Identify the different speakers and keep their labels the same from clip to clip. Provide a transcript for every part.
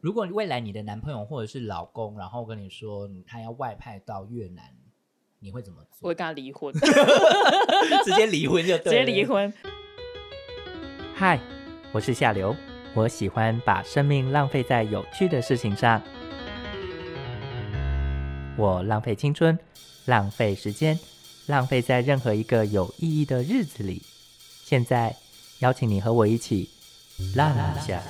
Speaker 1: 如果未来你的男朋友或者是老公，然后跟你说嗯他要外派到越南，你会怎么
Speaker 2: 我
Speaker 1: 做？
Speaker 2: 会跟他 离婚，
Speaker 1: 直接离婚就对
Speaker 2: 直
Speaker 1: 了，
Speaker 2: 接离。婚。
Speaker 3: 嗨，我是夏流，我喜欢把生命浪费在有趣的事情上。我浪费青春，浪费时间，浪费在任何一个有意义的日子里。现在邀请你和我一起浪一下。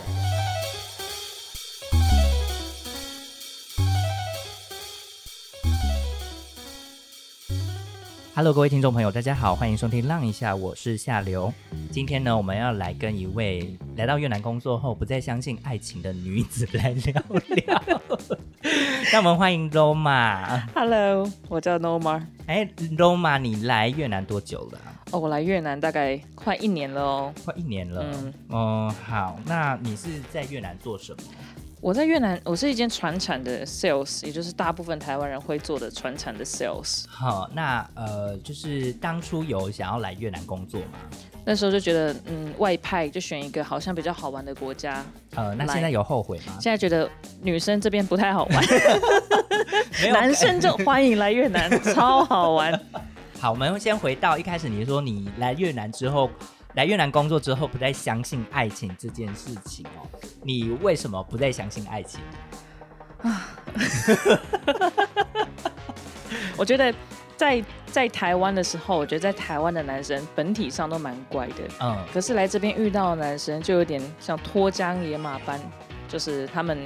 Speaker 3: Hello，各位听众朋友，大家好，欢迎收听《浪一下》，我是夏流。今天呢，我们要来跟一位来到越南工作后不再相信爱情的女子来聊聊。 让我们欢迎 Roma。
Speaker 2: Hello，我叫 Nomar。
Speaker 3: 哎，Roma，你来越南多久了啊？
Speaker 2: 哦，我来越南大概快一年了哦。
Speaker 3: 快一年了。
Speaker 2: 嗯
Speaker 3: 哦、好，那你是在越南做什么？
Speaker 2: 我在越南，我是一间船产的 sales，也就是大部分台湾人会做的船产的 sales。
Speaker 3: 好，那呃，就是当初有想要来越南工作吗？
Speaker 2: 那时候就觉得，嗯，外派就选一个好像比较好玩的国家。
Speaker 3: 呃，那
Speaker 2: 来
Speaker 3: 现在有后悔 吗？
Speaker 2: 现在觉得女生这边不太好玩，
Speaker 3: 没有
Speaker 2: 男生就欢迎来越 南，超好玩。
Speaker 3: 好，我们先回到一开始，你说你来越南之后，来越南工作之后不再相信爱情这件事情哦，你为什么不再相信爱情？
Speaker 2: 我觉得在在台湾的时候，我觉得在台湾的男生本体上都蛮乖的，
Speaker 3: 嗯，
Speaker 2: 可是来这边遇到的男生就有点像脱缰野马般，就是他们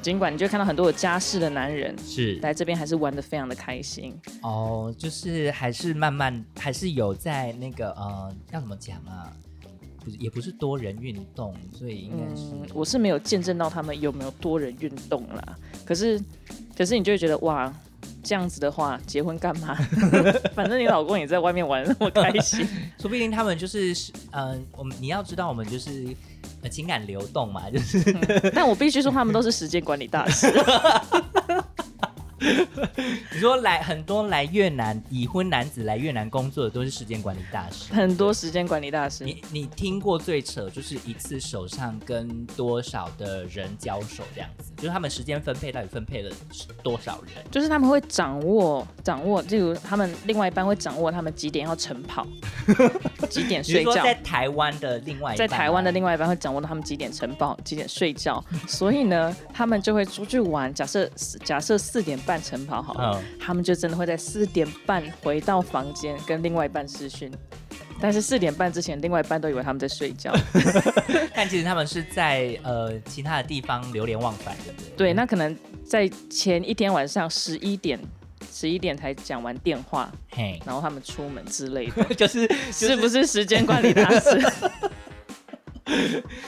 Speaker 2: 尽管你就看到很多有家室的男人
Speaker 3: 是
Speaker 2: 来这边还是玩的非常的开心，
Speaker 3: 哦，就是还是慢慢还是有在那个呃，要怎么讲啊？不是，也不是多人运动，所以应该是、
Speaker 2: 嗯，我是没有见证到他们有没有多人运动啦，可是可是你就会觉得哇。这样子的话，结婚干嘛？ 反正你老公也在外面玩得那么开心，
Speaker 3: 说不定他们就是是嗯、我们你要知道，我们就是呃情感流动嘛，就是
Speaker 2: 但我必须说，他们都是时间管理大师。
Speaker 3: 你说来很多来越南已婚男子来越南工作的都是时间管理大师，
Speaker 2: 很多时间管理大师。
Speaker 3: 你你听过最扯就是一次手上跟多少的人交手这样子，就是他们时间分配到底分配了多少人？
Speaker 2: 就是他们会掌握掌握，例如他们另外一半会掌握他们几点要晨 跑，几点
Speaker 3: 你是
Speaker 2: 睡
Speaker 3: 说
Speaker 2: 觉。
Speaker 3: 在台湾的另外一
Speaker 2: 在
Speaker 3: 半吗啊
Speaker 2: 台湾的另外一半会掌握到他们几点晨跑、几点 睡觉，所以呢，他们就会出去玩。假设假设四点半晨跑好了，
Speaker 3: 嗯
Speaker 2: 他们就真的会在四点半回到房间跟另外一半视讯。但是四点半之前，另外一半都以为他们在睡 觉。
Speaker 3: 但其实他们是在呃其他的地方流连忘返，对不对？
Speaker 2: 对，那可能在前一天晚上十一点，十一点才讲完电话，
Speaker 3: 嘿，
Speaker 2: 然后他们出门之类的。
Speaker 3: 就是
Speaker 2: 是不是时间管理大 师？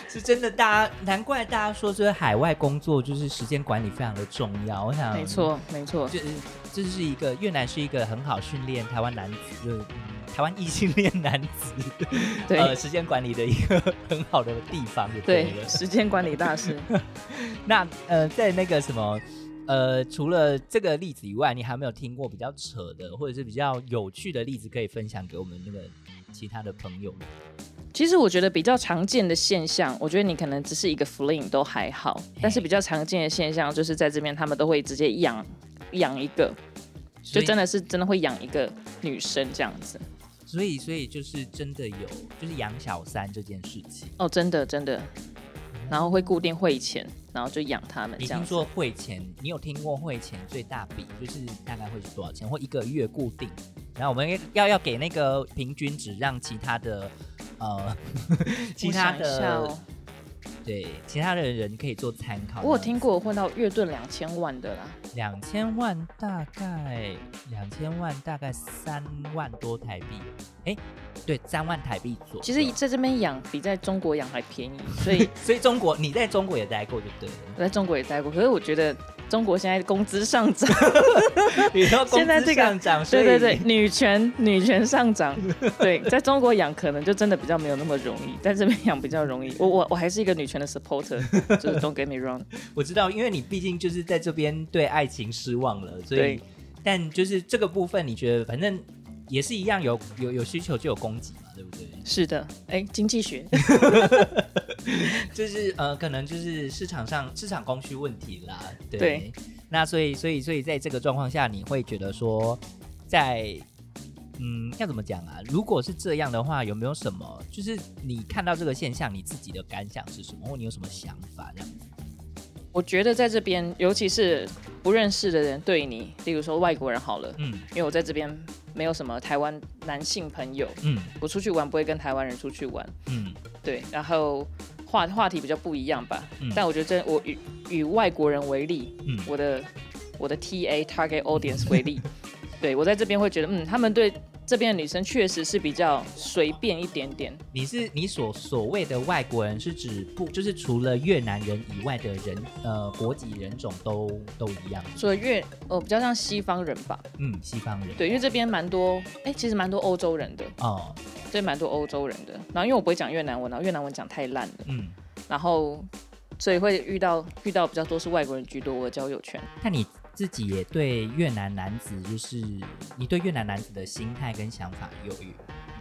Speaker 3: 是真的，大家难怪大家说就是海外工作就是时间管理非常的重要。我想
Speaker 2: 没，错，没错，
Speaker 3: 就是这是一个越南是一个很好训练台湾男子，就是、嗯台湾异性恋男子
Speaker 2: 对、
Speaker 3: 呃时间管理的一个很好的地方就对了
Speaker 2: 对，。时间管理大师。
Speaker 3: 那呃，在那个什么。呃，除了这个例子以外，你还没有听过比较扯的，或者是比较有趣的例子可以分享给我们那个其他的朋友吗？
Speaker 2: 其实我觉得比较常见的现象，我觉得你可能只是一个 fling 都还好，但是比较常见的现象就是在这边他们都会直接养养一个，
Speaker 3: 所
Speaker 2: 就
Speaker 3: 以
Speaker 2: 真的是真的会养一个女生这样子。
Speaker 3: 所以所以就是真的有，就是养小三这件事情。
Speaker 2: 哦，真的真的，然后会固定汇钱，然后就养他们
Speaker 3: 你
Speaker 2: 这
Speaker 3: 听
Speaker 2: 样子。
Speaker 3: 说汇钱，你有听过汇钱最大笔就是大概会是多少钱，或一个月固定？然后我们要要给那个平均值，让其他的呃 其
Speaker 2: 我
Speaker 3: 他
Speaker 2: 想一下
Speaker 3: 的
Speaker 2: 哦，
Speaker 3: 对其他的人可以做参考。
Speaker 2: 我有听过混到月盾两千万的啦，
Speaker 3: 两千万，大概两千万大概三万多台币，哎，对，三万台币左右。
Speaker 2: 其实在这边养比在中国养还便宜，所以
Speaker 3: 所以中国你在中国也待过就对了。
Speaker 2: 我在中国也待过，可是我觉得中国现在工资上 涨，
Speaker 3: 你说工
Speaker 2: 现在
Speaker 3: 资
Speaker 2: 这个
Speaker 3: 上涨，所
Speaker 2: 对
Speaker 3: 以
Speaker 2: 对对，女权 女权 上涨，对，在中国养可能就真的比较没有那么容易，在这边养比较容易。我我我还是一个女权 的 supporter，就是 don't get me wrong，
Speaker 3: 我知道，因为你毕竟就是在这边对爱情失望了，所以
Speaker 2: 对
Speaker 3: 但就是这个部分，你觉得反正也是一样有有有需求就有供给嘛，对不对？
Speaker 2: 是的，哎，经济学，
Speaker 3: 就是呃，可能就是市场上市场供需问题啦。对，
Speaker 2: 对
Speaker 3: 那所以所以所以在这个状况下，你会觉得说在。嗯，要怎么讲啊？如果是这样的话，有没有什么就是你看到这个现象，你自己的感想是什么，或你有什么想法这样？
Speaker 2: 我觉得在这边，尤其是不认识的人对你，例如说外国人好了，
Speaker 3: 嗯
Speaker 2: 因为我在这边没有什么台湾男性朋友，
Speaker 3: 嗯
Speaker 2: 我出去玩不会跟台湾人出去玩，
Speaker 3: 嗯
Speaker 2: 对，然后话话题比较不一样吧。
Speaker 3: 嗯
Speaker 2: 但我觉得这我以以外国人为例，
Speaker 3: 嗯
Speaker 2: 我的我的 TA target audience 为例，对我在这边会觉得，嗯，他们对这边的女生确实是比较随便一点点，
Speaker 3: 你是你所所谓的外国人，是指不就是除了越南人以外的人，呃，国籍人种都都一样？
Speaker 2: 所以越呃比较像西方人吧，
Speaker 3: 嗯，西方人。
Speaker 2: 对，因为这边蛮多，哎、其实蛮多欧洲人的，
Speaker 3: 哦，
Speaker 2: 对，蛮多欧洲人的。然后因为我不会讲越南文，然后越南文讲太烂了，
Speaker 3: 嗯，
Speaker 2: 然后所以会遇到遇到比较多是外国人居多我的交友圈。
Speaker 3: 那你自己也对越南男子，就是你对越南男子的心态跟想法有有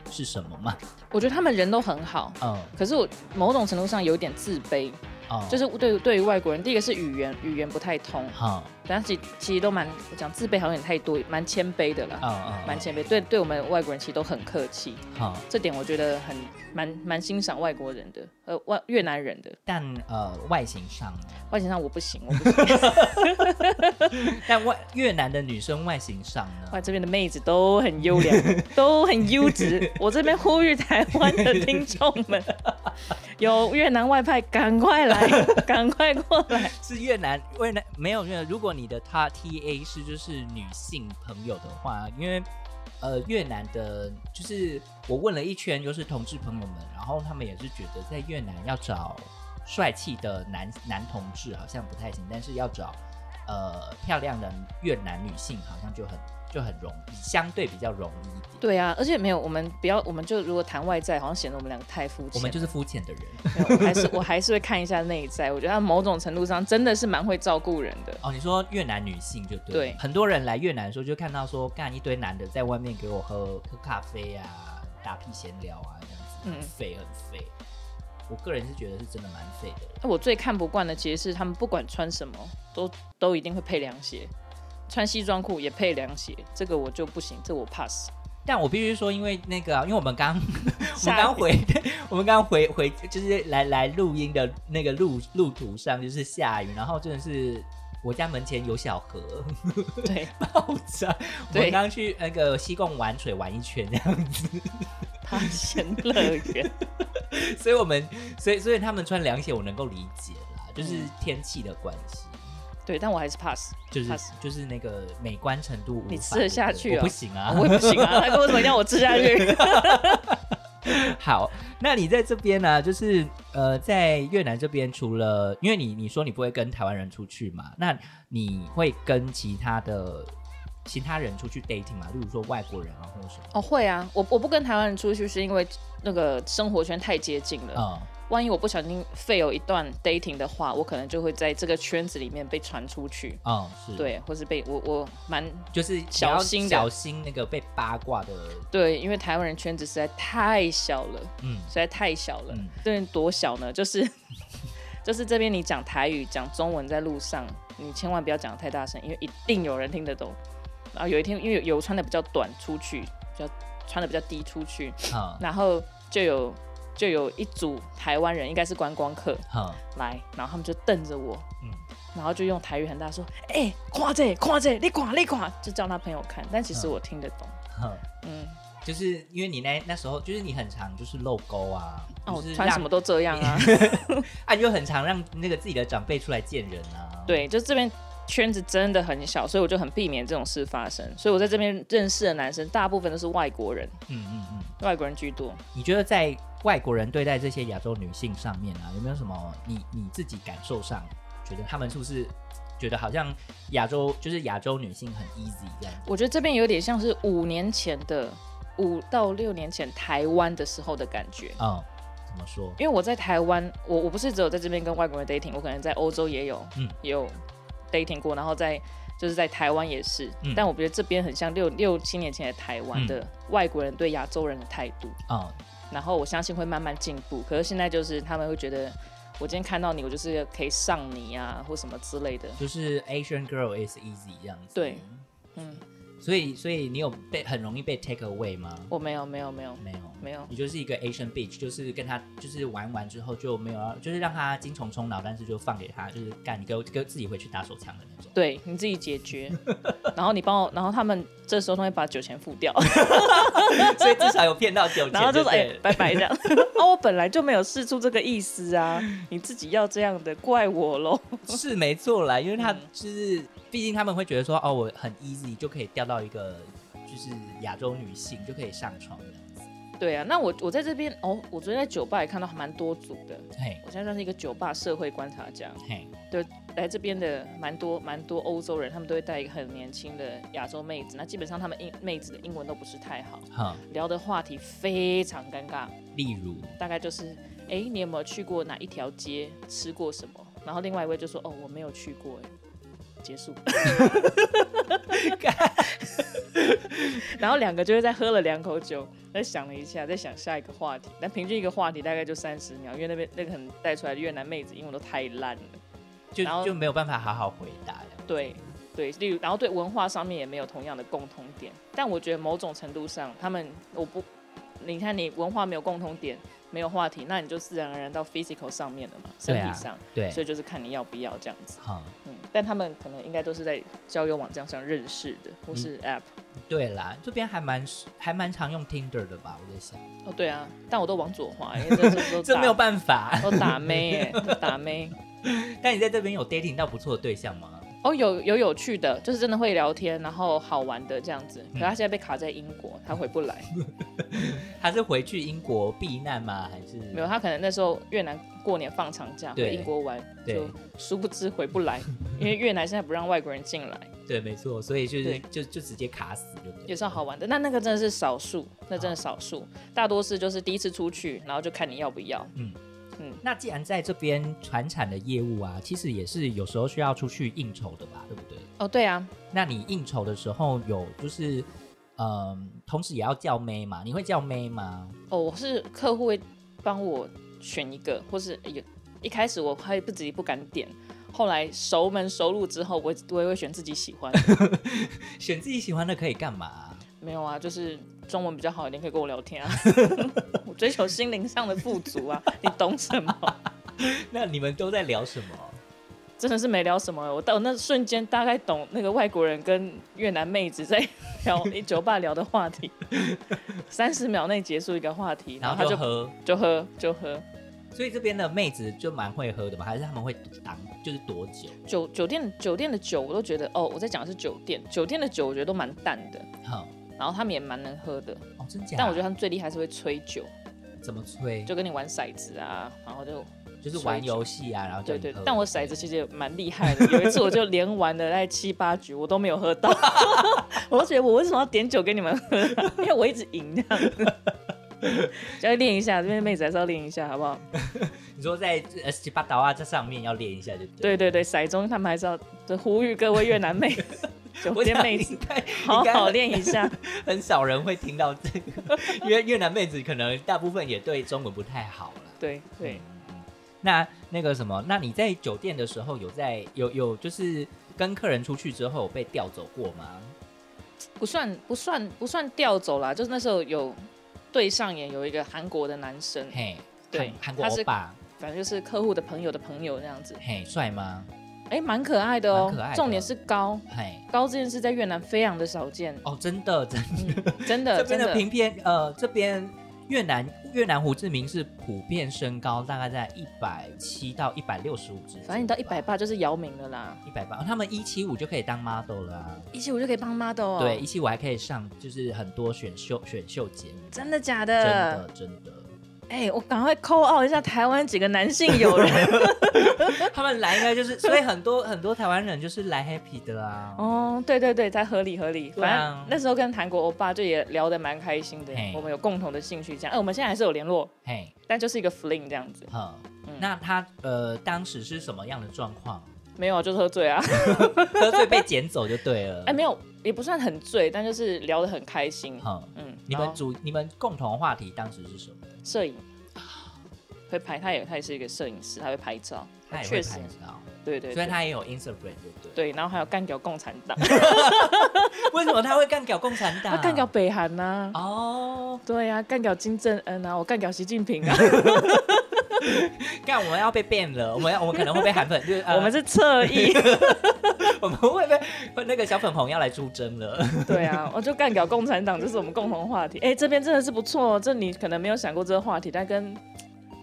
Speaker 3: 是什么吗？
Speaker 2: 我觉得他们人都很好，
Speaker 3: 嗯，
Speaker 2: 可是我某种程度上有点自卑，
Speaker 3: 哦，
Speaker 2: 哦就是对对于外国人，第一个是语言语言不太通，
Speaker 3: 好，
Speaker 2: 但其其实都蛮我讲自卑好像有点太多，蛮谦卑的
Speaker 3: 嗯
Speaker 2: 啦，
Speaker 3: 嗯，
Speaker 2: 蛮谦卑。对对我们外国人其实都很客气，
Speaker 3: 好。
Speaker 2: 这点我觉得很蛮蛮欣赏外国人的，呃外越南人的
Speaker 3: 但呃，外形上呢，
Speaker 2: 外形上我不行，我不行，
Speaker 3: 但外越南的女生外形上呢，
Speaker 2: 哇这边的妹子都很优良，都很优质。我这边呼吁台湾的听众们，有越南外派赶快来，赶快过来。
Speaker 3: 是越南越南没有越南。如果你的他 T A 是就是女性朋友的话，因为呃越南的，就是我问了一圈，就是同志朋友们，然后他们也是觉得在越南要找帅气的男男同志好像不太行，但是要找呃漂亮的越南女性好像就很就很容易，相对比较容易一点。
Speaker 2: 对啊，而且没有，我们不要，我们就如果谈外在，好像显得我们两个太肤浅。
Speaker 3: 我们就是肤浅的人
Speaker 2: 没有我还是我 还是会看一下内在。我觉得他某种程度上真的是蛮会照顾人的。
Speaker 3: 哦。你说越南女性就对，
Speaker 2: 对
Speaker 3: 很多人来越南的时候就看到说，干一堆男的在外面给我喝喝咖啡啊，打屁闲聊啊，这样子，很
Speaker 2: 嗯
Speaker 3: 废很废。我个人是觉得是真的蛮废的。
Speaker 2: 那我最看不惯的其实是他们不管穿什么都都一定会配凉鞋，穿西装裤也配凉鞋，这个我就不行，这我 pass。
Speaker 3: 但我必须说，因为那个啊、因为我们刚 我
Speaker 2: 下
Speaker 3: 们
Speaker 2: 雨
Speaker 3: 刚回， 我们刚回回就是来来录音的那个路路途上，就是下雨，然后真的是我家门前有小河
Speaker 2: 对，
Speaker 3: 爆炸。我们
Speaker 2: 对
Speaker 3: 刚去那个西贡玩水玩一圈这样子，
Speaker 2: 他嫌乐园，
Speaker 3: 所以我们所以所以他们穿凉鞋我能够理解啦，就是
Speaker 2: 嗯
Speaker 3: 天气的关系。
Speaker 2: 对，但我还是 pass。
Speaker 3: 就是
Speaker 2: 他是
Speaker 3: 就是那个美观程度无法比，
Speaker 2: 你吃得下去
Speaker 3: 我
Speaker 2: 啊
Speaker 3: 不行啊，
Speaker 2: 我也不行 啊，他为什么要我吃下去？
Speaker 3: 好，那你在这边呢、就是呃，在越南这边，除了因为你你说你不会跟台湾人出去嘛，那你会跟其他的其他人出去 dating 嘛？例如说外国人啊，或者什么？
Speaker 2: 哦，会啊，我我不跟台湾人出去是因为那个生活圈太接近了。
Speaker 3: 嗯，
Speaker 2: 万一我不小心 fail 一段 dating 的话，我可能就会在这个圈子里面被传出去，
Speaker 3: 嗯，是，，
Speaker 2: 对，或是被我我蛮
Speaker 3: 就是你要
Speaker 2: 小心的
Speaker 3: 小心那个被八卦的，
Speaker 2: 对，因为台湾人圈子实在太小了，
Speaker 3: 嗯
Speaker 2: 实在太小了。
Speaker 3: 嗯
Speaker 2: 这边多小呢？就是 就是这边你讲台语、讲中文在路上，你千万不要讲得太大声，因为一定有人听得懂。然后有一天，因为有有穿的比较短出去，比较穿的比较低出去，
Speaker 3: 嗯
Speaker 2: 然后就有就有一组台湾人，应该是观光客，
Speaker 3: 嗯
Speaker 2: 来，然后他们就瞪着我，
Speaker 3: 嗯
Speaker 2: 然后就用台语很大说：“哎、看这看这，你看你看。”就叫他朋友看，但其实
Speaker 3: 嗯
Speaker 2: 我听得懂。
Speaker 3: 嗯，
Speaker 2: 嗯，
Speaker 3: 就是因为你那那时候就是你很常就是漏沟啊，就
Speaker 2: 哦，
Speaker 3: 是让
Speaker 2: 我穿什么都这样啊。
Speaker 3: 啊，你就很常让那个自己的长辈出来见人啊，，
Speaker 2: 对，就这边圈子真的很小，所以我就很避免这种事发生。所以我在这边认识的男生大部分都是外国人，
Speaker 3: 嗯嗯嗯。
Speaker 2: 外国人居多。
Speaker 3: 你觉得在外国人对待这些亚洲女性上面啊，有没有什么你你自己感受上觉得他们是不是觉得好像亚洲就是亚洲女性很 easy 这样？
Speaker 2: 我觉得这边有点像是五年前的五到六年前台湾的时候的感觉。
Speaker 3: 哦，怎么说？
Speaker 2: 因为我在台湾，我我不是只有在这边跟外国人 dating，我可能在欧洲也有，
Speaker 3: 嗯
Speaker 2: 也有 dating 过，然后在就是在台湾也是，
Speaker 3: 嗯
Speaker 2: 但我觉得这边很像六六七年前的台湾
Speaker 3: 嗯
Speaker 2: 的外国人对亚洲人的态度，
Speaker 3: 哦，
Speaker 2: 然后我相信会慢慢进步。可是现在就是他们会觉得，我今天看到你，我就是可以上你啊，或什么之类的。
Speaker 3: 就是 Asian girl is easy 这样子。
Speaker 2: 对，嗯，
Speaker 3: 所以所以你有被很容易被 take away 吗？
Speaker 2: 我没有，没有，没有，
Speaker 3: 没有，
Speaker 2: 没有
Speaker 3: 你就是一个 Asian bitch，就是跟他就是玩完之后就没有要，就是让他精虫充脑，但是就放给他，就是干你给我给我自己回去打手枪的那种。
Speaker 2: 对，你自己解 决。然后你帮我，然后他们这时候都会把酒钱付掉，
Speaker 3: 所以至少有骗到 酒
Speaker 2: 然后
Speaker 3: 钱
Speaker 2: 就
Speaker 3: 就是对
Speaker 2: 哎、
Speaker 3: 了，
Speaker 2: 拜拜 这样。啊，我本来就没有试出这个意思啊，你自己要这样的，怪我喽。
Speaker 3: 是没错啦，因为他嗯就是毕竟他们会觉得说哦，我很 easy 就可以钓到一个就是亚洲女性就可以上床这样子。
Speaker 2: 对啊，那我我在这边哦，我昨天在酒吧也看到蛮多组的。
Speaker 3: 嘿，
Speaker 2: 我现在算是一个酒吧社会观察家，
Speaker 3: 嘿，
Speaker 2: 来这边的蛮多蛮多欧洲人，他们都会带一个很年轻的亚洲妹子，那基本上他们英妹子的英文都不是太好，
Speaker 3: 好，
Speaker 2: 聊的话题非常尴尬，
Speaker 3: 例如
Speaker 2: 大概就是，哎、你有没有去过哪一条街，吃过什么？然后另外一位就说，哦，我没有去过、诶结束。 然后两个就会再喝了两口酒，再想了一下，再想下一个话题。但平均一个话题大概就三十秒，因为那边那个很带出来的越南妹子英文都太烂了。
Speaker 3: 就
Speaker 2: 然后
Speaker 3: 就没有办法好好回答了。
Speaker 2: 对对，例如然后对文化上面也没有同样的共通点，但我觉得某种程度上，他们我不，你看你文化没有共通点，没有话题，那你就自然而然到 physical 上面了嘛，身
Speaker 3: 对啊
Speaker 2: 体上，
Speaker 3: 对
Speaker 2: 所，以就是看你要不要这样子。
Speaker 3: 好，
Speaker 2: 嗯，但他们可能应该都是在交友网站上认识的，
Speaker 3: 嗯
Speaker 2: 或是 app。
Speaker 3: 对啦，这边还蛮还蛮常用 Tinder 的吧，我在想，
Speaker 2: 哦，对啊，但我都往左滑， 因为这这都
Speaker 3: 这
Speaker 2: 打
Speaker 3: 没有办法。
Speaker 2: 都打妹耶，都打妹。
Speaker 3: 但你在这边有 dating 到不错的对象吗？
Speaker 2: 哦，有有有趣的，就是真的会聊天，然后好玩的这样子。
Speaker 3: 嗯
Speaker 2: 可他现在被卡在英国，他回不来。
Speaker 3: 他是回去英国避难吗？还是
Speaker 2: 没有，他可能那时候越南过年放长假
Speaker 3: 对
Speaker 2: 回英国玩，
Speaker 3: 对
Speaker 2: 就殊不知回不来，因为越南现在不让外国人进来，
Speaker 3: 对，没错，所以就是
Speaker 2: 对
Speaker 3: 就就直接卡死就对了，
Speaker 2: 也是好玩的。那那个真的是少数，那真的少数，大多是就是第一次出去，然后就看你要不要。
Speaker 3: 那既然在这边传产的业务啊，其实也是有时候需要出去应酬的吧，对不对？
Speaker 2: 哦，对啊，
Speaker 3: 那你应酬的时候有就是，嗯，同时也要叫妹嘛？你会叫妹吗？
Speaker 2: 哦，我是客户会帮我选一个，或是有一开始我还不自己不敢点。后来熟门熟路之后，我我也会选自己喜欢的。
Speaker 3: 选自己喜欢的可以干嘛、
Speaker 2: 没有啊，就是中文比较好一点，可以跟我聊天啊。 我追求心灵上的富足啊，你懂什么？
Speaker 3: 那你们都在聊什么？
Speaker 2: 真的是没聊什么欸，我到那瞬间大概懂那个外国人跟越南妹子在 聊一酒吧聊的话题，三十秒内结束一个话题，
Speaker 3: 然
Speaker 2: 然
Speaker 3: 后
Speaker 2: 后
Speaker 3: 就
Speaker 2: 他就
Speaker 3: 喝。
Speaker 2: 就喝就喝。
Speaker 3: 所以这边的妹子就蛮会喝的嘛，还是他们会挡，就是躲酒？
Speaker 2: 酒酒店酒店的酒我都觉得哦，我在讲的是酒店，酒店的酒我觉得都蛮淡的，
Speaker 3: 好、
Speaker 2: 然后他们也蛮能喝的，
Speaker 3: 哦，真假？
Speaker 2: 但我觉得他们最厉害是会吹酒，
Speaker 3: 得怎么吹，就
Speaker 2: 就跟你玩骰子啊，然后就
Speaker 3: 就是玩游戏啊，然后叫
Speaker 2: 对
Speaker 3: 你
Speaker 2: 对
Speaker 3: 喝，
Speaker 2: 但我骰子其实也蛮厉害的。有一次我就连玩了大概七八局，我都没有 喝到，我就觉得我为什么要点酒给你们喝啊、因为我一直赢这样子。就要练一下，这边妹子还是要练一下，好不好？
Speaker 3: 你说在呃七八岛啊这上面要练一下就对
Speaker 2: 对
Speaker 3: 了。
Speaker 2: 对对，骰盅他们还是要就呼吁各位越南妹、 酒
Speaker 3: 我
Speaker 2: 店
Speaker 3: 想
Speaker 2: 妹
Speaker 3: 应
Speaker 2: 子，
Speaker 3: 该
Speaker 2: 好
Speaker 3: 应该
Speaker 2: 好练 一下。
Speaker 3: 很少人会听到这个，因为越南妹子可能大部分也对中文不太好了。
Speaker 2: 对对，
Speaker 3: 嗯，嗯那那个什么，那你在酒店的时候有在有有就是跟客人出去之后有被调走过吗？
Speaker 2: 不算不算不算调走啦，就是那时候有对上眼有一个韩国的男生，
Speaker 3: 嘿，
Speaker 2: 对
Speaker 3: 韩韩国
Speaker 2: 他是
Speaker 3: 欧巴，
Speaker 2: 反正就是客户的朋友的朋友这样子，
Speaker 3: 嘿，帅吗？
Speaker 2: 哎，蛮可爱的哦
Speaker 3: 蛮可爱的。
Speaker 2: 重点是高，
Speaker 3: 嘿，
Speaker 2: 高这件事在越南非常的少见，
Speaker 3: 哦，真的真的
Speaker 2: 嗯、真
Speaker 3: 这
Speaker 2: 的真
Speaker 3: 边的
Speaker 2: 的。
Speaker 3: 平片，呃，这边越南越南胡志明是普遍身高大概在一百七到一百六十五之间吧，
Speaker 2: 反正你到一百八就是姚明了啦，
Speaker 3: 一百八，哦他们一七五就可以当 model 了啊、
Speaker 2: 一七五就可以帮 model 哦。
Speaker 3: 对，一，七五还可以上就是很多选秀选秀节目，啊
Speaker 2: 真的假
Speaker 3: 真
Speaker 2: 的
Speaker 3: 的？真的，
Speaker 2: 哎、我赶快扣 out 一下台湾几个男性友人
Speaker 3: 他们来应该就是，所以很多很多台湾人就是来 happy 的啦、啊。
Speaker 2: 哦。对对对，才合理合理。
Speaker 3: 对
Speaker 2: 反
Speaker 3: 啊
Speaker 2: 正那时候跟韩国欧巴就也聊得蛮开心的
Speaker 3: 嘿，
Speaker 2: 我们有共同的兴趣，这样。哎、我们现在还是有联络，
Speaker 3: 嘿，
Speaker 2: 但就是一个 fling 这样子。
Speaker 3: 好，
Speaker 2: 嗯
Speaker 3: 那他呃当时是什么样的状况？
Speaker 2: 没有，就是喝醉 啊。
Speaker 3: 喝醉被捡走就对了。
Speaker 2: 哎，没有，也不算很醉，但就是聊得很开心。
Speaker 3: 好，
Speaker 2: 嗯，
Speaker 3: 你
Speaker 2: 然
Speaker 3: 们
Speaker 2: 后
Speaker 3: 主你们共同话题当时是什么？
Speaker 2: 摄影会拍，他也他也是一个摄影师，他会拍照，
Speaker 3: 他也会
Speaker 2: 确实
Speaker 3: 拍，照，
Speaker 2: 对对
Speaker 3: 所以
Speaker 2: 对
Speaker 3: 他也有 Instagram 就对了。
Speaker 2: 对，然后还有干掉共产 党，
Speaker 3: 为什么他会干掉共产党？
Speaker 2: 他干掉北韩呐、
Speaker 3: 啊哦，
Speaker 2: 对呀、干掉金正恩啊，我干掉习近平 啊，
Speaker 3: 干我们要被 ban 了，我们要我们可能会被韩粉，就是、呃、
Speaker 2: 我们是侧 翼，
Speaker 3: 我们会被会那个小粉红要来出征了。
Speaker 2: 对啊，我就干掉共产党，这是我们共同话题。哎、这边真的是不错哦，这你可能没有想过这个话题，但跟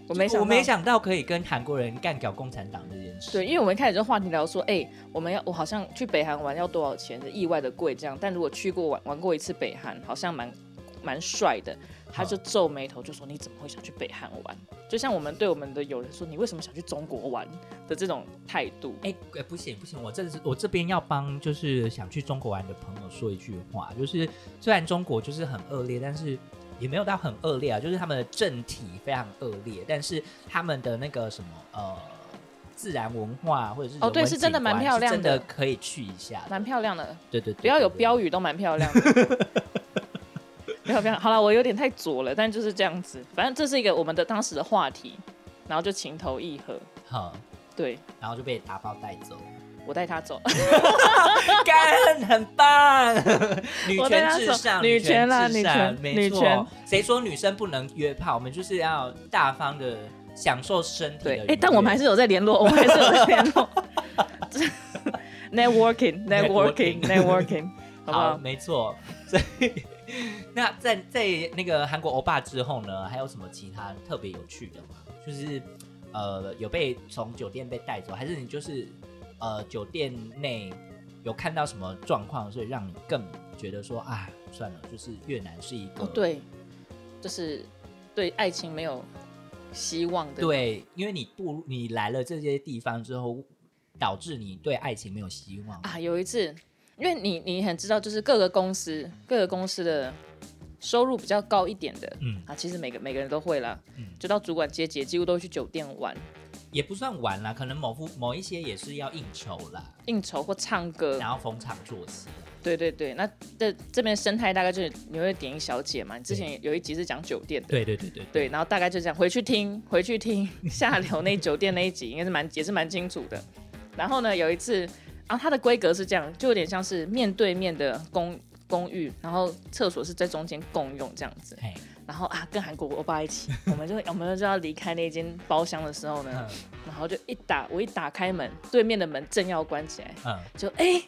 Speaker 2: 我没想，
Speaker 3: 我没。想到可以跟韩国人干掉共产党这件事。
Speaker 2: 对，因为我们一开始就话题聊说，哎、我们要我好像去北韩玩要多少钱，意外的贵这样。但如果去过玩玩过一次北韩，好像蛮蛮帅的。他就皱眉头就说：“你怎么会想去北韩玩？”就像我们对我们的友人说：“你为什么想去中国玩？”的这种态度。
Speaker 3: 哎、哎不行不行，我这是我这边要帮就是想去中国玩的朋友说一句话，就是虽然中国就是很恶劣，但是也没有到很恶劣啊，就是他们的政体非常恶劣，但是他们的那个什么呃自然文化或者是人
Speaker 2: 哦对
Speaker 3: 文
Speaker 2: 是真的
Speaker 3: 景
Speaker 2: 蛮
Speaker 3: 观
Speaker 2: 漂
Speaker 3: 是
Speaker 2: 亮
Speaker 3: 真的
Speaker 2: 的
Speaker 3: 可以去一下的。
Speaker 2: 蛮漂亮的，
Speaker 3: 对对对，
Speaker 2: 不要有
Speaker 3: 对
Speaker 2: 标语都蛮漂亮的。 不要不要，好了，我有点太左了，但就是这样子。反正这是一个我们的当时的话题，然后就情投意合。
Speaker 3: 好，
Speaker 2: 对
Speaker 3: 然后就被打包带走，
Speaker 2: 我带他走，
Speaker 3: 干，很 棒，女
Speaker 2: 我带
Speaker 3: 权
Speaker 2: 他
Speaker 3: 至
Speaker 2: 走
Speaker 3: 上，
Speaker 2: 女权
Speaker 3: 权
Speaker 2: 啦
Speaker 3: 至
Speaker 2: 女
Speaker 3: 上，
Speaker 2: 权
Speaker 3: 没
Speaker 2: 女
Speaker 3: 错
Speaker 2: 权。
Speaker 3: 谁说女生不能约炮？我们就是要大方的享受身体的
Speaker 2: 对，
Speaker 3: 愉悦。
Speaker 2: 哎、但我们还是有在联络，我们还是有在联 络。
Speaker 3: Networking
Speaker 2: networking，networking，networking，好不
Speaker 3: 好，
Speaker 2: 好？
Speaker 3: 没错。所以，那在在那个韩国欧巴之后呢，还有什么其他特别有趣的吗？就是呃，有被从酒店被带走，还是你就是呃酒店内有看到什么状况，所以让你更觉得说啊，算了，就是越南是一个、
Speaker 2: 哦，对，就是对爱情没有希望的，，
Speaker 3: 对，因为你步入你来了这些地方之后，导致你对爱情没有希望。
Speaker 2: 啊，有一次，因为你你很知道，就是各个公司各个公司的收入比较高一点的
Speaker 3: 嗯，
Speaker 2: 啊，其实每个每个人都会啦，
Speaker 3: 嗯
Speaker 2: 就到主管阶级，几乎都会去酒店玩、
Speaker 3: 也不算玩啦，可能某夫某一些也是要应酬啦，
Speaker 2: 应酬或唱歌。
Speaker 3: 然后逢场作戏。
Speaker 2: 对对对，那这这边生态大概就是你会点一小姐嘛，你之前有一集是讲酒店的。
Speaker 3: 对对对对
Speaker 2: 对，然后大概就这样，回去听， 回去听下流那酒店那一集，应该是蛮也是蛮清楚的。然后呢，有一次，啊，它的规格是这样，就有点像是面对面的公公寓，然后厕所是在中间共用这样子。
Speaker 3: 哎，
Speaker 2: 然后啊，跟韩国欧巴一起，我们就我们就要离开那间包厢的时候呢，
Speaker 3: 嗯
Speaker 2: 然后就一打我一打开门，对面的门正要关起来，
Speaker 3: 嗯，
Speaker 2: 就哎、欸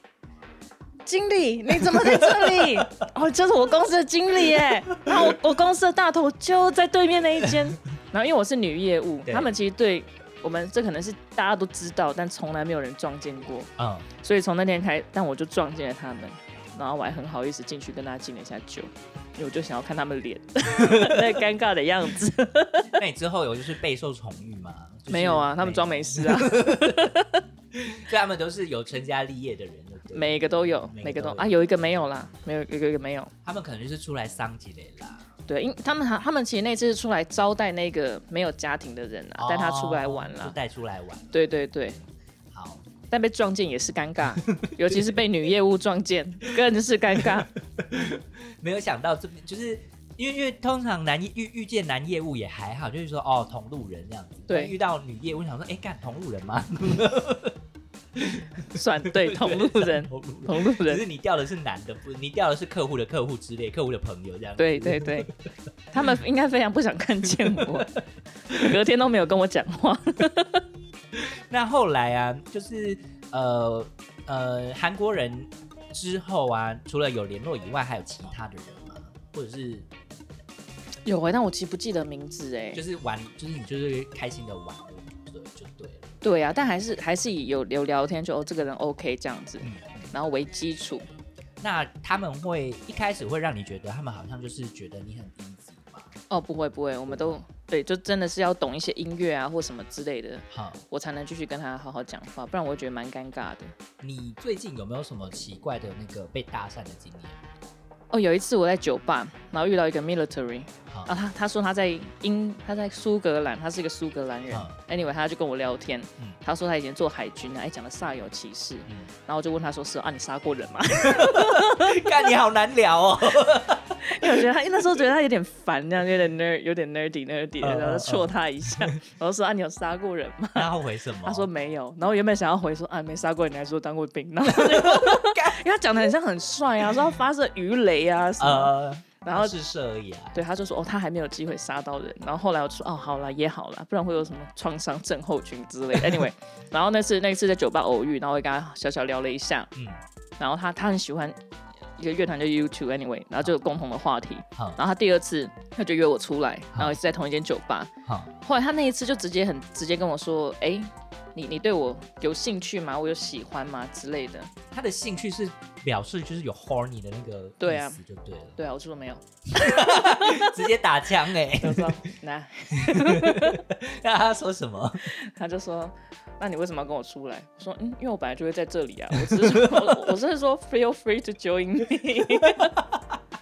Speaker 2: 经理你怎么在 这里？哦，就是我公司的经理耶。然后我我公司的大头就在对面那一 间。然后因为我是女业务，
Speaker 3: 对
Speaker 2: 他们其实对我们这可能是大家都知道，但从来没有人撞见过。
Speaker 3: 嗯，
Speaker 2: 所以从那天开，但我就撞见了他们，然后我还很好意思进去跟大家敬了一下酒，因为我就想要看他 们脸 那尴尬的样子。
Speaker 3: 那你之后有就是备受宠遇吗？就是
Speaker 2: 没有啊，他们装没，事 啊，
Speaker 3: 所以他们都是有成家立业的人，对不对？
Speaker 2: 每个都有，
Speaker 3: 每
Speaker 2: 每
Speaker 3: 个
Speaker 2: 个
Speaker 3: 都
Speaker 2: 都
Speaker 3: 有
Speaker 2: 啊，有一个没有啦，没有有一个有一个没有。
Speaker 3: 他们可能就是出来桑吉雷啦。
Speaker 2: 对，因他们还他们其实那次是出来招待那个没有家庭的人啊，带他出来玩
Speaker 3: 哦就
Speaker 2: 啦。
Speaker 3: 带出来玩。
Speaker 2: 对对对，
Speaker 3: 好，
Speaker 2: 但被撞见也是尴尬，尤其是被女业务撞见，更是尴尬。
Speaker 3: 没有想到这边就是因为因为通常男遇遇见男业务也还好，就是说哦同路人这样子。
Speaker 2: 对
Speaker 3: 但遇到女业务，我想说哎干同路人吗？
Speaker 2: 算 对，同路人，
Speaker 3: 同路人。
Speaker 2: 同路
Speaker 3: 只
Speaker 2: 人，
Speaker 3: 是你掉的是男的，不，你掉的是客户的客户之类，客户的朋友这样。，
Speaker 2: 对对对，他们应该非常不想看见我，隔天都没有跟我讲话。
Speaker 3: 那后来啊，就是呃呃，韩国人之后啊，除了有联络以外，还有其他的人吗？或者是
Speaker 2: 有哎、但我其实不记得名字哎、
Speaker 3: 就是玩，就是你就是开心的玩，对，就对了。
Speaker 2: 对啊，但还是还是以有有聊天就哦，这个人 OK 这样子，
Speaker 3: 嗯，
Speaker 2: 然后为基础。
Speaker 3: 那他们会一开始会让你觉得他们好像就是觉得你很 easy 嘛？
Speaker 2: 哦，不会不会，我们都对，就真的是要懂一些音乐啊或什么之类的，
Speaker 3: 好，
Speaker 2: 我才能继续跟他好好讲话，不然我会觉得蛮尴尬的。
Speaker 3: 你最近有没有什么奇怪的那个被搭讪的经验？
Speaker 2: 哦，有一次我在酒吧，然后遇到一个 military，
Speaker 3: 好
Speaker 2: 啊，他他说他在英，他在苏格兰，他是一个苏格兰人。
Speaker 3: 好
Speaker 2: anyway，他就跟我聊天，
Speaker 3: 嗯
Speaker 2: 他说他以前做海军啊，哎，讲的煞有其事。
Speaker 3: 嗯
Speaker 2: 然后我就问他说是啊，你杀过人吗？
Speaker 3: 看你好难聊哦。
Speaker 2: 因为我觉得他因为那时候觉得他有点烦，这样有点 nerd，有点 nerdy nerdy，
Speaker 3: 嗯
Speaker 2: 的
Speaker 3: 嗯
Speaker 2: 然后戳他一 下，然后说啊，你有杀过人吗？
Speaker 3: 那他回什么？
Speaker 2: 他说没有，然后原本想要回说啊没杀过人，你还说当过兵，然后 他就因为他讲的很像很帅啊，说他发射鱼雷啊什么，
Speaker 3: 呃，
Speaker 2: 然后
Speaker 3: 是射而已啊。
Speaker 2: 对，他就说哦，他还没有机会杀到人。然后后来我说哦，好啦，也好啦，不然会有什么创伤症候群之类的。Anyway，然后那次那次在酒吧偶遇，然后我也跟他小小聊了一下，
Speaker 3: 嗯，
Speaker 2: 然后他他很喜欢一个乐团叫 YouTube Anyway，然后就有共同的话题。
Speaker 3: 好，
Speaker 2: 然后他第二次他就约我出来，然后
Speaker 3: 好
Speaker 2: 也是在同一间酒吧。
Speaker 3: 好，
Speaker 2: 后来他那一次就直接很直接跟我说，哎，你你对我有兴趣吗？我有喜欢吗之类的。
Speaker 3: 他的兴趣是表示就是有 horny 的那个
Speaker 2: 对啊
Speaker 3: 意思就对了，
Speaker 2: 对啊，我就 说没有，
Speaker 3: 直接打枪哎、
Speaker 2: 我说那
Speaker 3: 那他说什 么？
Speaker 2: 他就说：“那你为什么要跟我出来？”我说：“嗯，因为我本来就会在这里啊。” 我只是说，我我是说，feel free to join me。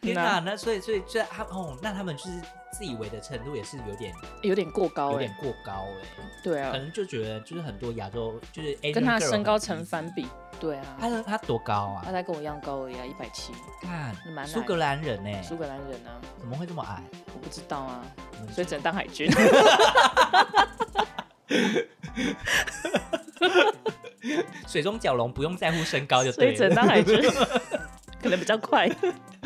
Speaker 3: 天哪、那所以所以这他哦，那他们就是自以为的程度也是有点
Speaker 2: 有点过高
Speaker 3: 有
Speaker 2: 哎、
Speaker 3: 点过高哎、
Speaker 2: 对
Speaker 3: 可
Speaker 2: 啊，
Speaker 3: 能就觉得就是很多亚洲就是 Asian
Speaker 2: 跟他
Speaker 3: girl
Speaker 2: 身高
Speaker 3: 很
Speaker 2: 成反比。对啊，
Speaker 3: 他他多高
Speaker 2: 他
Speaker 3: 啊？
Speaker 2: 才跟我一样高而已啊，一百七，
Speaker 3: 看
Speaker 2: 蛮矮
Speaker 3: 苏格兰人哎、
Speaker 2: 苏格兰人啊，
Speaker 3: 怎么会这么矮？
Speaker 2: 我不知道啊，
Speaker 3: 嗯
Speaker 2: 所以只能当海军。
Speaker 3: 水中蛟龙不用在乎身高就
Speaker 2: 所以
Speaker 3: 对
Speaker 2: 只能
Speaker 3: 了。
Speaker 2: 当海军， 可能比较快。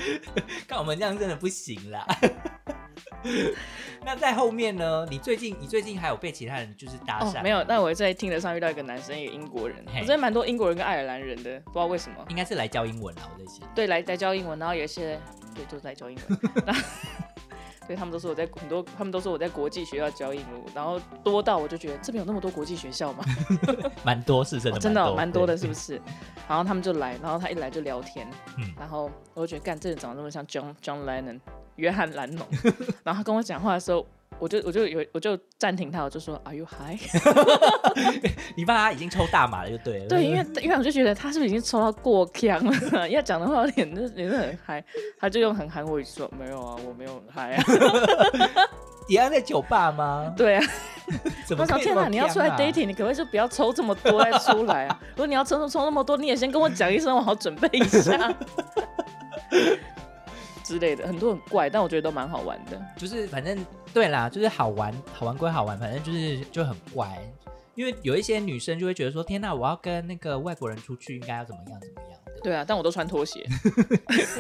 Speaker 3: 看我们这样真的不行啦。 那在后面呢？你最近你最近还有被其他人就是搭
Speaker 2: 哦
Speaker 3: 讪、，
Speaker 2: 没有，但我在听得上遇到一个男生，一个英国人，
Speaker 3: 嘿
Speaker 2: 我真的蛮多英国人跟爱尔兰人的，不知道为什么。
Speaker 3: 应该是来教英文啦，啊我在想。
Speaker 2: 对，来来教英文，然后有一些对就是来教英文，然后对他们都说我在很多，他们都说我在国际学校教英文，然后多到我就觉得这边有那么多国际学校吗？
Speaker 3: 蛮多是真的，
Speaker 2: 真的哦蛮多的，
Speaker 3: 对
Speaker 2: 是不是？然后他们就来，然后他一来就聊天，
Speaker 3: 嗯
Speaker 2: 然后我就觉得干这人长得那么像 John John Lennon 约翰兰 农，然后他跟我讲话的时候。我就我就有我就暂停他，我就说 Are you high？
Speaker 3: 嗯你爸他已经抽大麻了，就对了。
Speaker 2: 对，因为因为我就觉得他是不是已经抽到过腔了？ 要讲的话，脸就脸就很嗨，他就用很韩国语说没有啊，我没有很嗨啊。
Speaker 3: 也要在酒吧吗？
Speaker 2: 对啊，
Speaker 3: 怎么
Speaker 2: 我
Speaker 3: 可
Speaker 2: 想
Speaker 3: 以
Speaker 2: 天
Speaker 3: 这
Speaker 2: 哪，
Speaker 3: 么
Speaker 2: 你要出来
Speaker 3: 呛啊
Speaker 2: dating，你可不可以就不要抽这么多再出来 啊？如果你要抽抽那么多，你也先跟我讲一声，我好准备一下 之类的，很多很怪，但我觉得都蛮好玩的。
Speaker 3: 就是反正对啦，就是好玩，好玩归好玩，反正就是就很乖。因为有一些女生就会觉得说，天哪，我要跟那个外国人出去，应该要怎么样怎么样的。
Speaker 2: 对啊，但我都穿 拖鞋，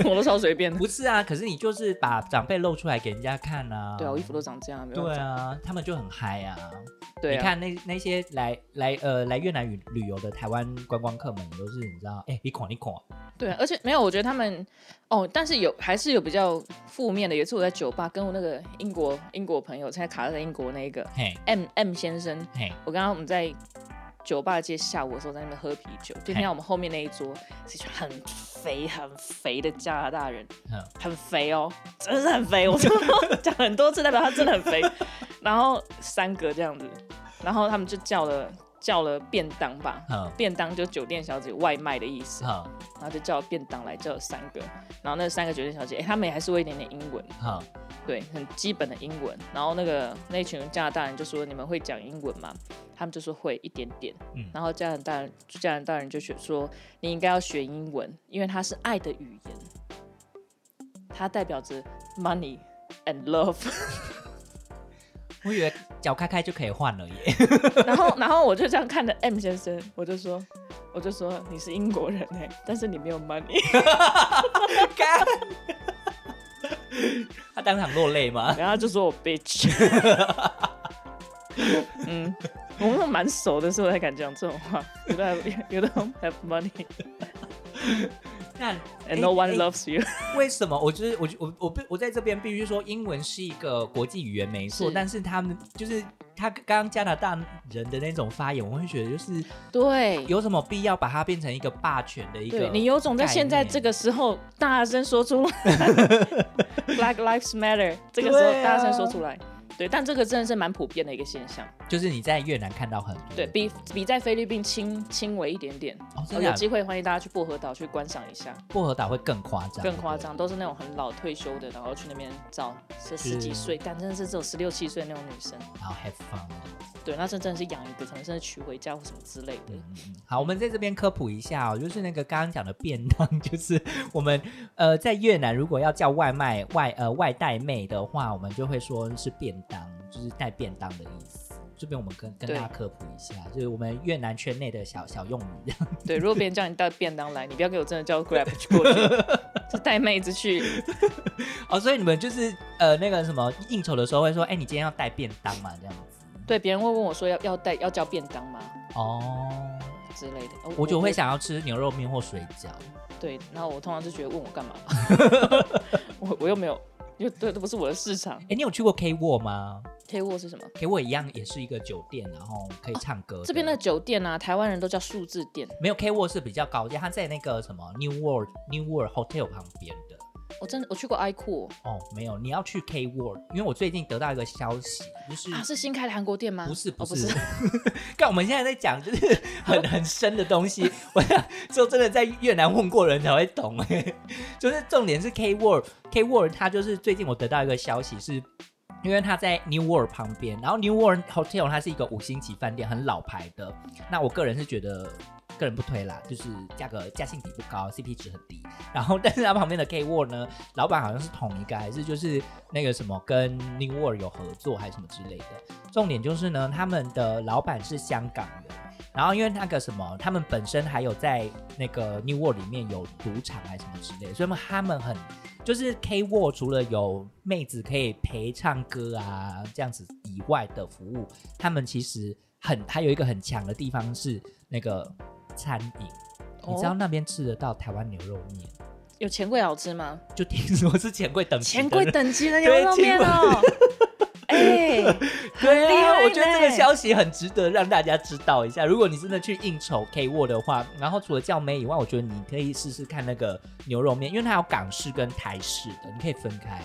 Speaker 2: 我都超随便的。
Speaker 3: 不是啊，可是你就是把长辈露出来给人家看啊。
Speaker 2: 对啊，我衣服都长这样，没有
Speaker 3: 对啊，他们就很嗨啊。
Speaker 2: 对
Speaker 3: 你
Speaker 2: 啊，
Speaker 3: 看那那些来来呃来越南旅旅游的台湾观光客们，都是你知道，哎、你狂你狂，
Speaker 2: 对啊，而且没有，我觉得他们哦，但是有还是有比较负面的。有一次我在酒吧跟我那个英国英国朋友，现在卡在英国那个
Speaker 3: 嘿
Speaker 2: M M 先生，
Speaker 3: 嘿，
Speaker 2: 我刚刚我们在酒吧街下午的时候，在那边喝啤酒，就听
Speaker 3: 嘿
Speaker 2: 到我们后面那一桌是一群很肥很肥的加拿大人，
Speaker 3: 嗯
Speaker 2: 很肥哦，真的是很肥。我说 讲很多次，代表他真的很肥。然后三个这样子，然后他们就叫了叫了便当吧，
Speaker 3: 嗯
Speaker 2: 便当就酒店小姐外卖的意思，
Speaker 3: 好
Speaker 2: 然后就叫便当来，叫了三个。然后那三个酒店小姐，哎、他们也还是会一点点英文，
Speaker 3: 好
Speaker 2: 对，很基本的英文。然后那个那一群加拿大人就说：“你们会讲英文吗？”他们就说会一点点。
Speaker 3: 嗯
Speaker 2: 然后加拿大人加拿大人就学说：“你应该要学英文，因为它是爱的语言，它代表着 money and love。
Speaker 3: 我以为脚开开就可以换了耶。”
Speaker 2: 然后然后我就这样看着 M 先生，我就说。我就说你是英国人哎、但是你没有 money，
Speaker 3: 干 他当场落泪吗？
Speaker 2: 然后他就说我 bitch。嗯，我们蛮熟的时候才敢讲这种话，有的 you don't have money。
Speaker 3: 那
Speaker 2: and no one
Speaker 3: 哎
Speaker 2: loves you 。
Speaker 3: 为什么？我就是我我我我在这边必须说，英文是一个国际语言没错，
Speaker 2: 是
Speaker 3: 但是他们就是他刚刚加拿大人的那种发言，我会觉得就是
Speaker 2: 对，
Speaker 3: 有什么必要把它变成一个霸权的一个？
Speaker 2: 对你有种在现在这个时候 大声说出来，Black Lives Matter，这个时候
Speaker 3: 对啊
Speaker 2: 大声说出来。对，但这个真的是蛮普遍的一个现象，
Speaker 3: 就是你在越南看到很多
Speaker 2: 对比比在菲律宾轻轻微一点点。
Speaker 3: 哦，
Speaker 2: 哦
Speaker 3: 真的
Speaker 2: 有
Speaker 3: 啊
Speaker 2: 机会欢迎大家去薄荷岛去观赏一下，
Speaker 3: 薄荷岛会更夸张，
Speaker 2: 更夸张，都是那种很老退休的，然后去那边照，是十几
Speaker 3: 是
Speaker 2: 岁，但真的是只有十六七岁那种女生。
Speaker 3: 对不对，然后 have fun。
Speaker 2: 对，那这真的是养一个，可能甚至娶回家或什么之类的。
Speaker 3: 嗯好，我们在这边科普一下哦，就是那个刚刚讲的便当， 就是我们呃在越南如果要叫外卖外呃外带妹的话，我们就会说是便当，就是带便当的意思。这边我们跟跟
Speaker 2: 对
Speaker 3: 大家科普一下，就是我们越南圈内的小小用语。
Speaker 2: 对，如果别人叫你带便当来，你不要给我真的叫 Grab 去过去， 是带妹子去。
Speaker 3: 哦，所以你们就是呃那个什么应酬的时候会说，哎、你今天要带便当嘛，这样子。
Speaker 2: 对，别人会问我说要要带要叫便当吗
Speaker 3: 哦，
Speaker 2: 之类的，
Speaker 3: 我就会。想要吃牛肉面或水饺。
Speaker 2: 对，然后我通常就觉得问我干嘛， 我我又没有，因为对，这不是我的市场。
Speaker 3: 哎、你有去过 K w 吗
Speaker 2: K 沃是什么？
Speaker 3: ？K w 一样也是一个酒店，然后可以唱歌的、
Speaker 2: 哦这边的酒店啊，台湾人都叫数字店。
Speaker 3: 没有 K w 是比较高阶，它在那个什么 New World New World Hotel 旁边的。
Speaker 2: 我真的我去过 iQOO
Speaker 3: 哦，没有，你要去 K World，因为我最近得到一个消息，就是。
Speaker 2: 啊，是新开的韩国店吗？
Speaker 3: 不是
Speaker 2: 哦、不
Speaker 3: 是， 看、我们现在在讲就是很很深的东西，我想就真的在越南混过人才会懂哎、就是重点是 K World，K World 它就是最近我得到一个消息是。因为它在 New World 旁边，然后 New World Hotel 它是一个五星级饭店，很老牌的。那我个人是觉得，个人不推啦，就是价格价性比不高，CP 值很低。然后，但是它旁边的 K World 呢，老板好像是同一个，还是就是那个什么跟 New World 有合作，还是什么之类的。重点就是呢，他们的老板是香港人，然后因为那个什么，他们本身还有在那个 New World 里面有赌场还是什么之类的，所以他们很就是 K World 除了有妹子可以陪唱歌啊这样子以外的服务，他们其实很还有一个很强的地方是那个餐饮，你知道
Speaker 2: 哦
Speaker 3: 那边吃得到台湾牛肉面，
Speaker 2: 有钱柜好吃吗？
Speaker 3: 就听说啊是钱柜等级的
Speaker 2: 钱柜
Speaker 3: 人
Speaker 2: 等级的牛肉面 哦，哎、
Speaker 3: 对
Speaker 2: 厉
Speaker 3: 啊，
Speaker 2: 害
Speaker 3: 我觉得这个
Speaker 2: 呢
Speaker 3: 消息很值得让大家知道一下。如果你真的去应酬 K 沃的话，然后除了叫妹以外，我觉得你可以试试看那个牛肉面，因为它有港式跟台式的，你可以分开。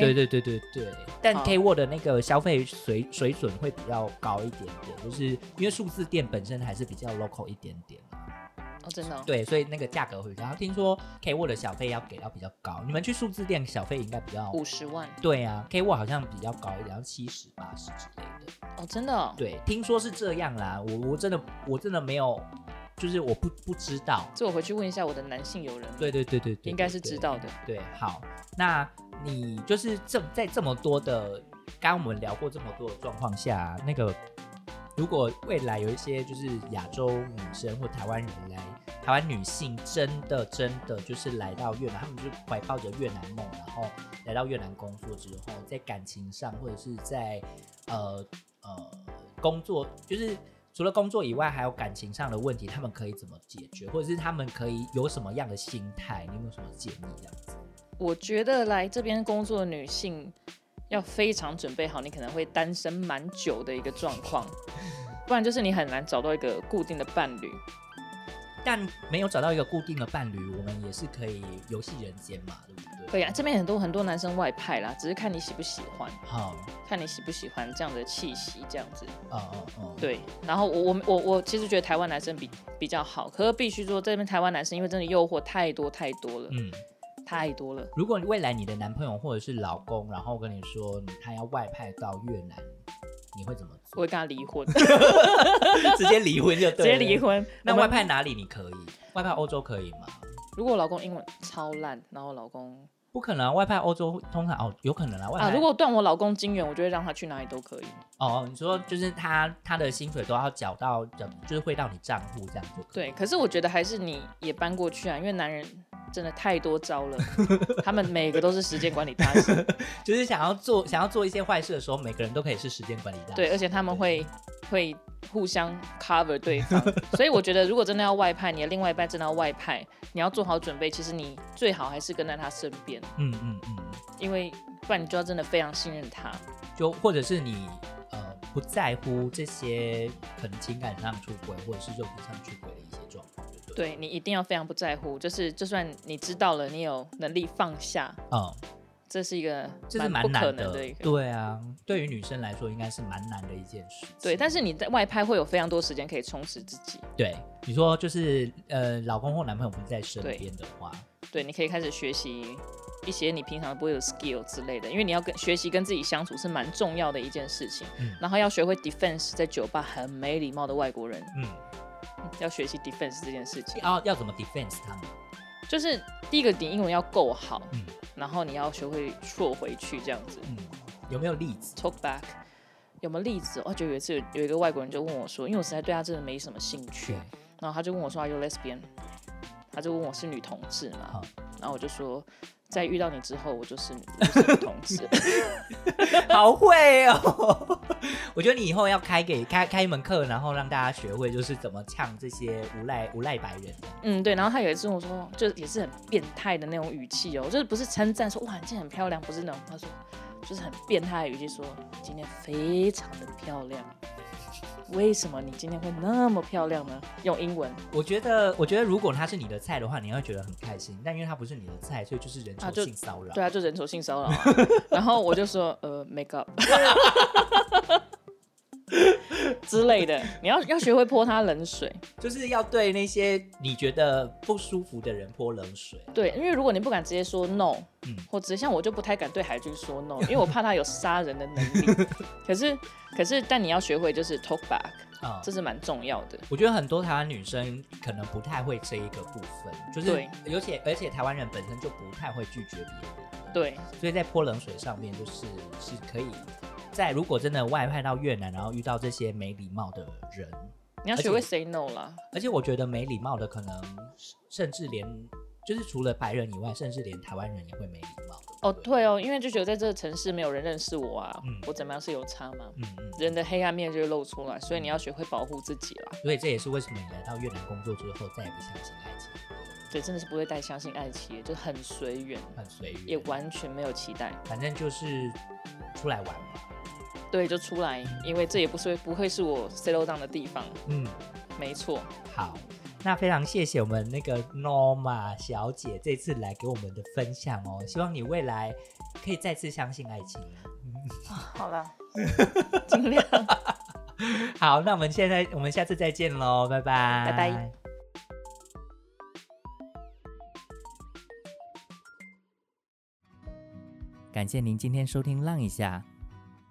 Speaker 3: 对对对对对，但
Speaker 2: 好
Speaker 3: K 沃的那个消费水水准会比较高一点点，就是因为数字店本身还是比较 local 一点点啊。
Speaker 2: 哦，真的、哦，
Speaker 3: 对，所以那个价格会比较高。听说 K 沃的小费要给到比较高，你们去数字店小费应该比较
Speaker 2: 五十万
Speaker 3: 对啊，K 沃好像比较高一点，要七十八十之类的。
Speaker 2: 哦，真的、哦，
Speaker 3: 对，听说是这样啦，我我真的我真的没有，就是我不不知道。
Speaker 2: 这我回去问一下我的男性友人，
Speaker 3: 对对对对对，
Speaker 2: 应该是知道的。
Speaker 3: 对。对，好，那你就是这在这么多的，刚刚我们聊过这么多的状况下，那个如果未来有一些就是亚洲女生或台湾人来，台湾女性真的真的就是来到越南，她们就怀抱着越南梦，然后来到越南工作之后，在感情上或者是在呃呃工作，就是除了工作以外，还有感情上的问题，他们可以怎么解决，或者是他们可以有什么样的心态？你有没有什么建议这样子？
Speaker 2: 我觉得来这边工作的女性要非常准备好，你可能会单身蛮久的一个状 况，不然就是你很难找到一个固定的伴侣。
Speaker 3: 但没有找到一个固定的伴侣，我们也是可以游戏人间嘛，对不对？
Speaker 2: 对呀、啊这边很多很多男生外派啦，只是看你喜不喜欢，
Speaker 3: 好，
Speaker 2: 看你喜不喜欢这样的气息，这样子。
Speaker 3: 哦哦哦，
Speaker 2: 对，然后我我我我其实觉得台湾男生比比较好，可是必须说这边台湾男生因为真的诱惑太多太多了，
Speaker 3: 嗯。
Speaker 2: 太多了。
Speaker 3: 如果未来你的男朋友或者是老公，然后跟你说你他要外派到越南，你会怎么
Speaker 2: 我
Speaker 3: 做？
Speaker 2: 会跟他 离婚，
Speaker 3: 直接离婚就
Speaker 2: 直
Speaker 3: 对
Speaker 2: 接
Speaker 3: 了
Speaker 2: 离。婚。
Speaker 3: 那
Speaker 2: 我
Speaker 3: 外
Speaker 2: 们
Speaker 3: 派哪里你可以？外派欧洲可以吗？
Speaker 2: 如果我老公英文超烂，然后我老公
Speaker 3: 不可能、啊，外派欧洲通常哦，有可能啊。外派、
Speaker 2: 啊，如果断我老公金源，我就会让他去哪里都可以。
Speaker 3: 哦，你说就是他他的薪水都要缴到缴，就是汇到你账户这样就可以。
Speaker 2: 对，可是我觉得还是你也搬过去啊，因为男人真的太多招 了，他们每个都是时间管理大师，
Speaker 3: 就是想要做想要做一些坏事的时候，每个人都可以是时间管理大师。
Speaker 2: 对，而且他们会会互相 cover 对方，所以我觉得如果真的要外派，你的另外一半真的要外派，你要做好准备，其实你最好还是跟在他身边，
Speaker 3: 嗯嗯嗯，
Speaker 2: 因为不然你就要真的非常信任他。
Speaker 3: 就或者是你呃不在乎这些可能情感上出轨或者是肉体上出轨的一些状况，对不对？
Speaker 2: 对你一定要非常不在乎，就是就算你知道了，你有能力放下，
Speaker 3: 嗯，
Speaker 2: 这是一个
Speaker 4: 这
Speaker 3: 是
Speaker 2: 不
Speaker 3: 蛮
Speaker 2: 可
Speaker 3: 难
Speaker 2: 能的一个。
Speaker 3: 对啊，对于女生来说应该是蛮难的一件事情。
Speaker 2: 对，但是你在外拍会有非常多时间可以充实自己，
Speaker 3: 对你说就是呃，老公或男朋友不在身边的话，
Speaker 2: 对，你可以开始学习一些你平常不会有 skill 之类的，因为你要跟学习跟自己相处是蛮重要的一件事情。
Speaker 3: 嗯
Speaker 2: 然后要学会 defense，在酒吧很没礼貌的外国人
Speaker 3: 嗯，
Speaker 2: 要学习 defense 这件事情，
Speaker 3: 要要怎么 defense 他们？
Speaker 2: 就是第一个你英文要够好，
Speaker 3: 嗯
Speaker 2: 然后你要学会错回去这样子
Speaker 3: 嗯，有没有例子？
Speaker 2: talk back。有没有例子？哦我就有一次有有一个外国人就问我说，因为我实在对他真的没什么兴趣，然后他就问我说 Are you lesbian？他就问我是女同志嘛
Speaker 3: 好，
Speaker 2: 然后我就说，在遇到你之后，我就是女我是女同 志。
Speaker 3: 好会哦！ 我觉得你以后要开给开开一门课，然后让大家学会就是怎么呛这些无赖无赖白人。
Speaker 2: 嗯，对。然后他有一次跟我说，就是也是很变态的那种语气哦，就是不是称赞说哇你今天很漂亮，不是那种，他说就是很变态的语气说你今天非常的漂亮。为什么你今天会那么漂亮呢？用英文
Speaker 3: 我觉得，我觉得如果他是你的菜的话，你会觉得很开心。但因为他不是你的菜，所以就是人
Speaker 2: 啊
Speaker 3: 畜
Speaker 2: 就
Speaker 3: 性骚扰。
Speaker 2: 对啊，就人丑性骚扰啊、 然后我就说呃 make up 之类的，你要要学会泼他冷水。
Speaker 3: 就是要对那些你觉得不舒服的人泼冷水。
Speaker 2: 对，因为如果你不敢直接说 no，
Speaker 3: 嗯
Speaker 2: 或直接像我就不太敢对海军说 no，因为我怕他有杀人的能 力。可是可是，但你要学会就是 talk back，
Speaker 3: 啊、
Speaker 2: 这是蛮重要的。
Speaker 3: 我觉得很多台湾女生可能不太会这一个部分，就是
Speaker 2: 对
Speaker 3: 而且而且台湾人本身就不太会拒绝别人，
Speaker 2: 对
Speaker 3: 所以在泼冷水上面就是是可以在如果真的外派到越南，然后遇到这些没礼貌的人，
Speaker 2: 你要
Speaker 3: 而
Speaker 2: 学
Speaker 3: 且
Speaker 2: 会 say no 啦。
Speaker 3: 而且我觉得没礼貌的可能甚至连就是除了白人以外，甚至连台湾人也会没礼貌。
Speaker 2: 哦，对哦，因为就觉得在这个城市没有人认识我啊，
Speaker 3: 嗯
Speaker 2: 我怎么样是有差嘛。
Speaker 3: 嗯嗯，
Speaker 2: 人的黑暗面就会露出来，所以你要学会保护自己啦。
Speaker 3: 所以这也是为什么你来到越南工作之后再也不相信爱情，
Speaker 2: 对，真的是不会太相信爱情，就很随缘，
Speaker 3: 很随缘，
Speaker 2: 也完全没有期待。
Speaker 3: 反正就是出来玩嘛。
Speaker 2: 对，就出来，因为这也不是不会是我 settle down 的地方。
Speaker 3: 嗯。
Speaker 2: 没错，
Speaker 3: 好，那非常谢谢我们那个 Norma 小姐这次来给我们的分享哦，希望你未来可以再次相信爱情。
Speaker 2: 好了，尽量。
Speaker 3: 好，那我们现在我们下次再见喽，拜拜，
Speaker 2: 拜拜。
Speaker 4: 感谢您今天收听《浪一下》。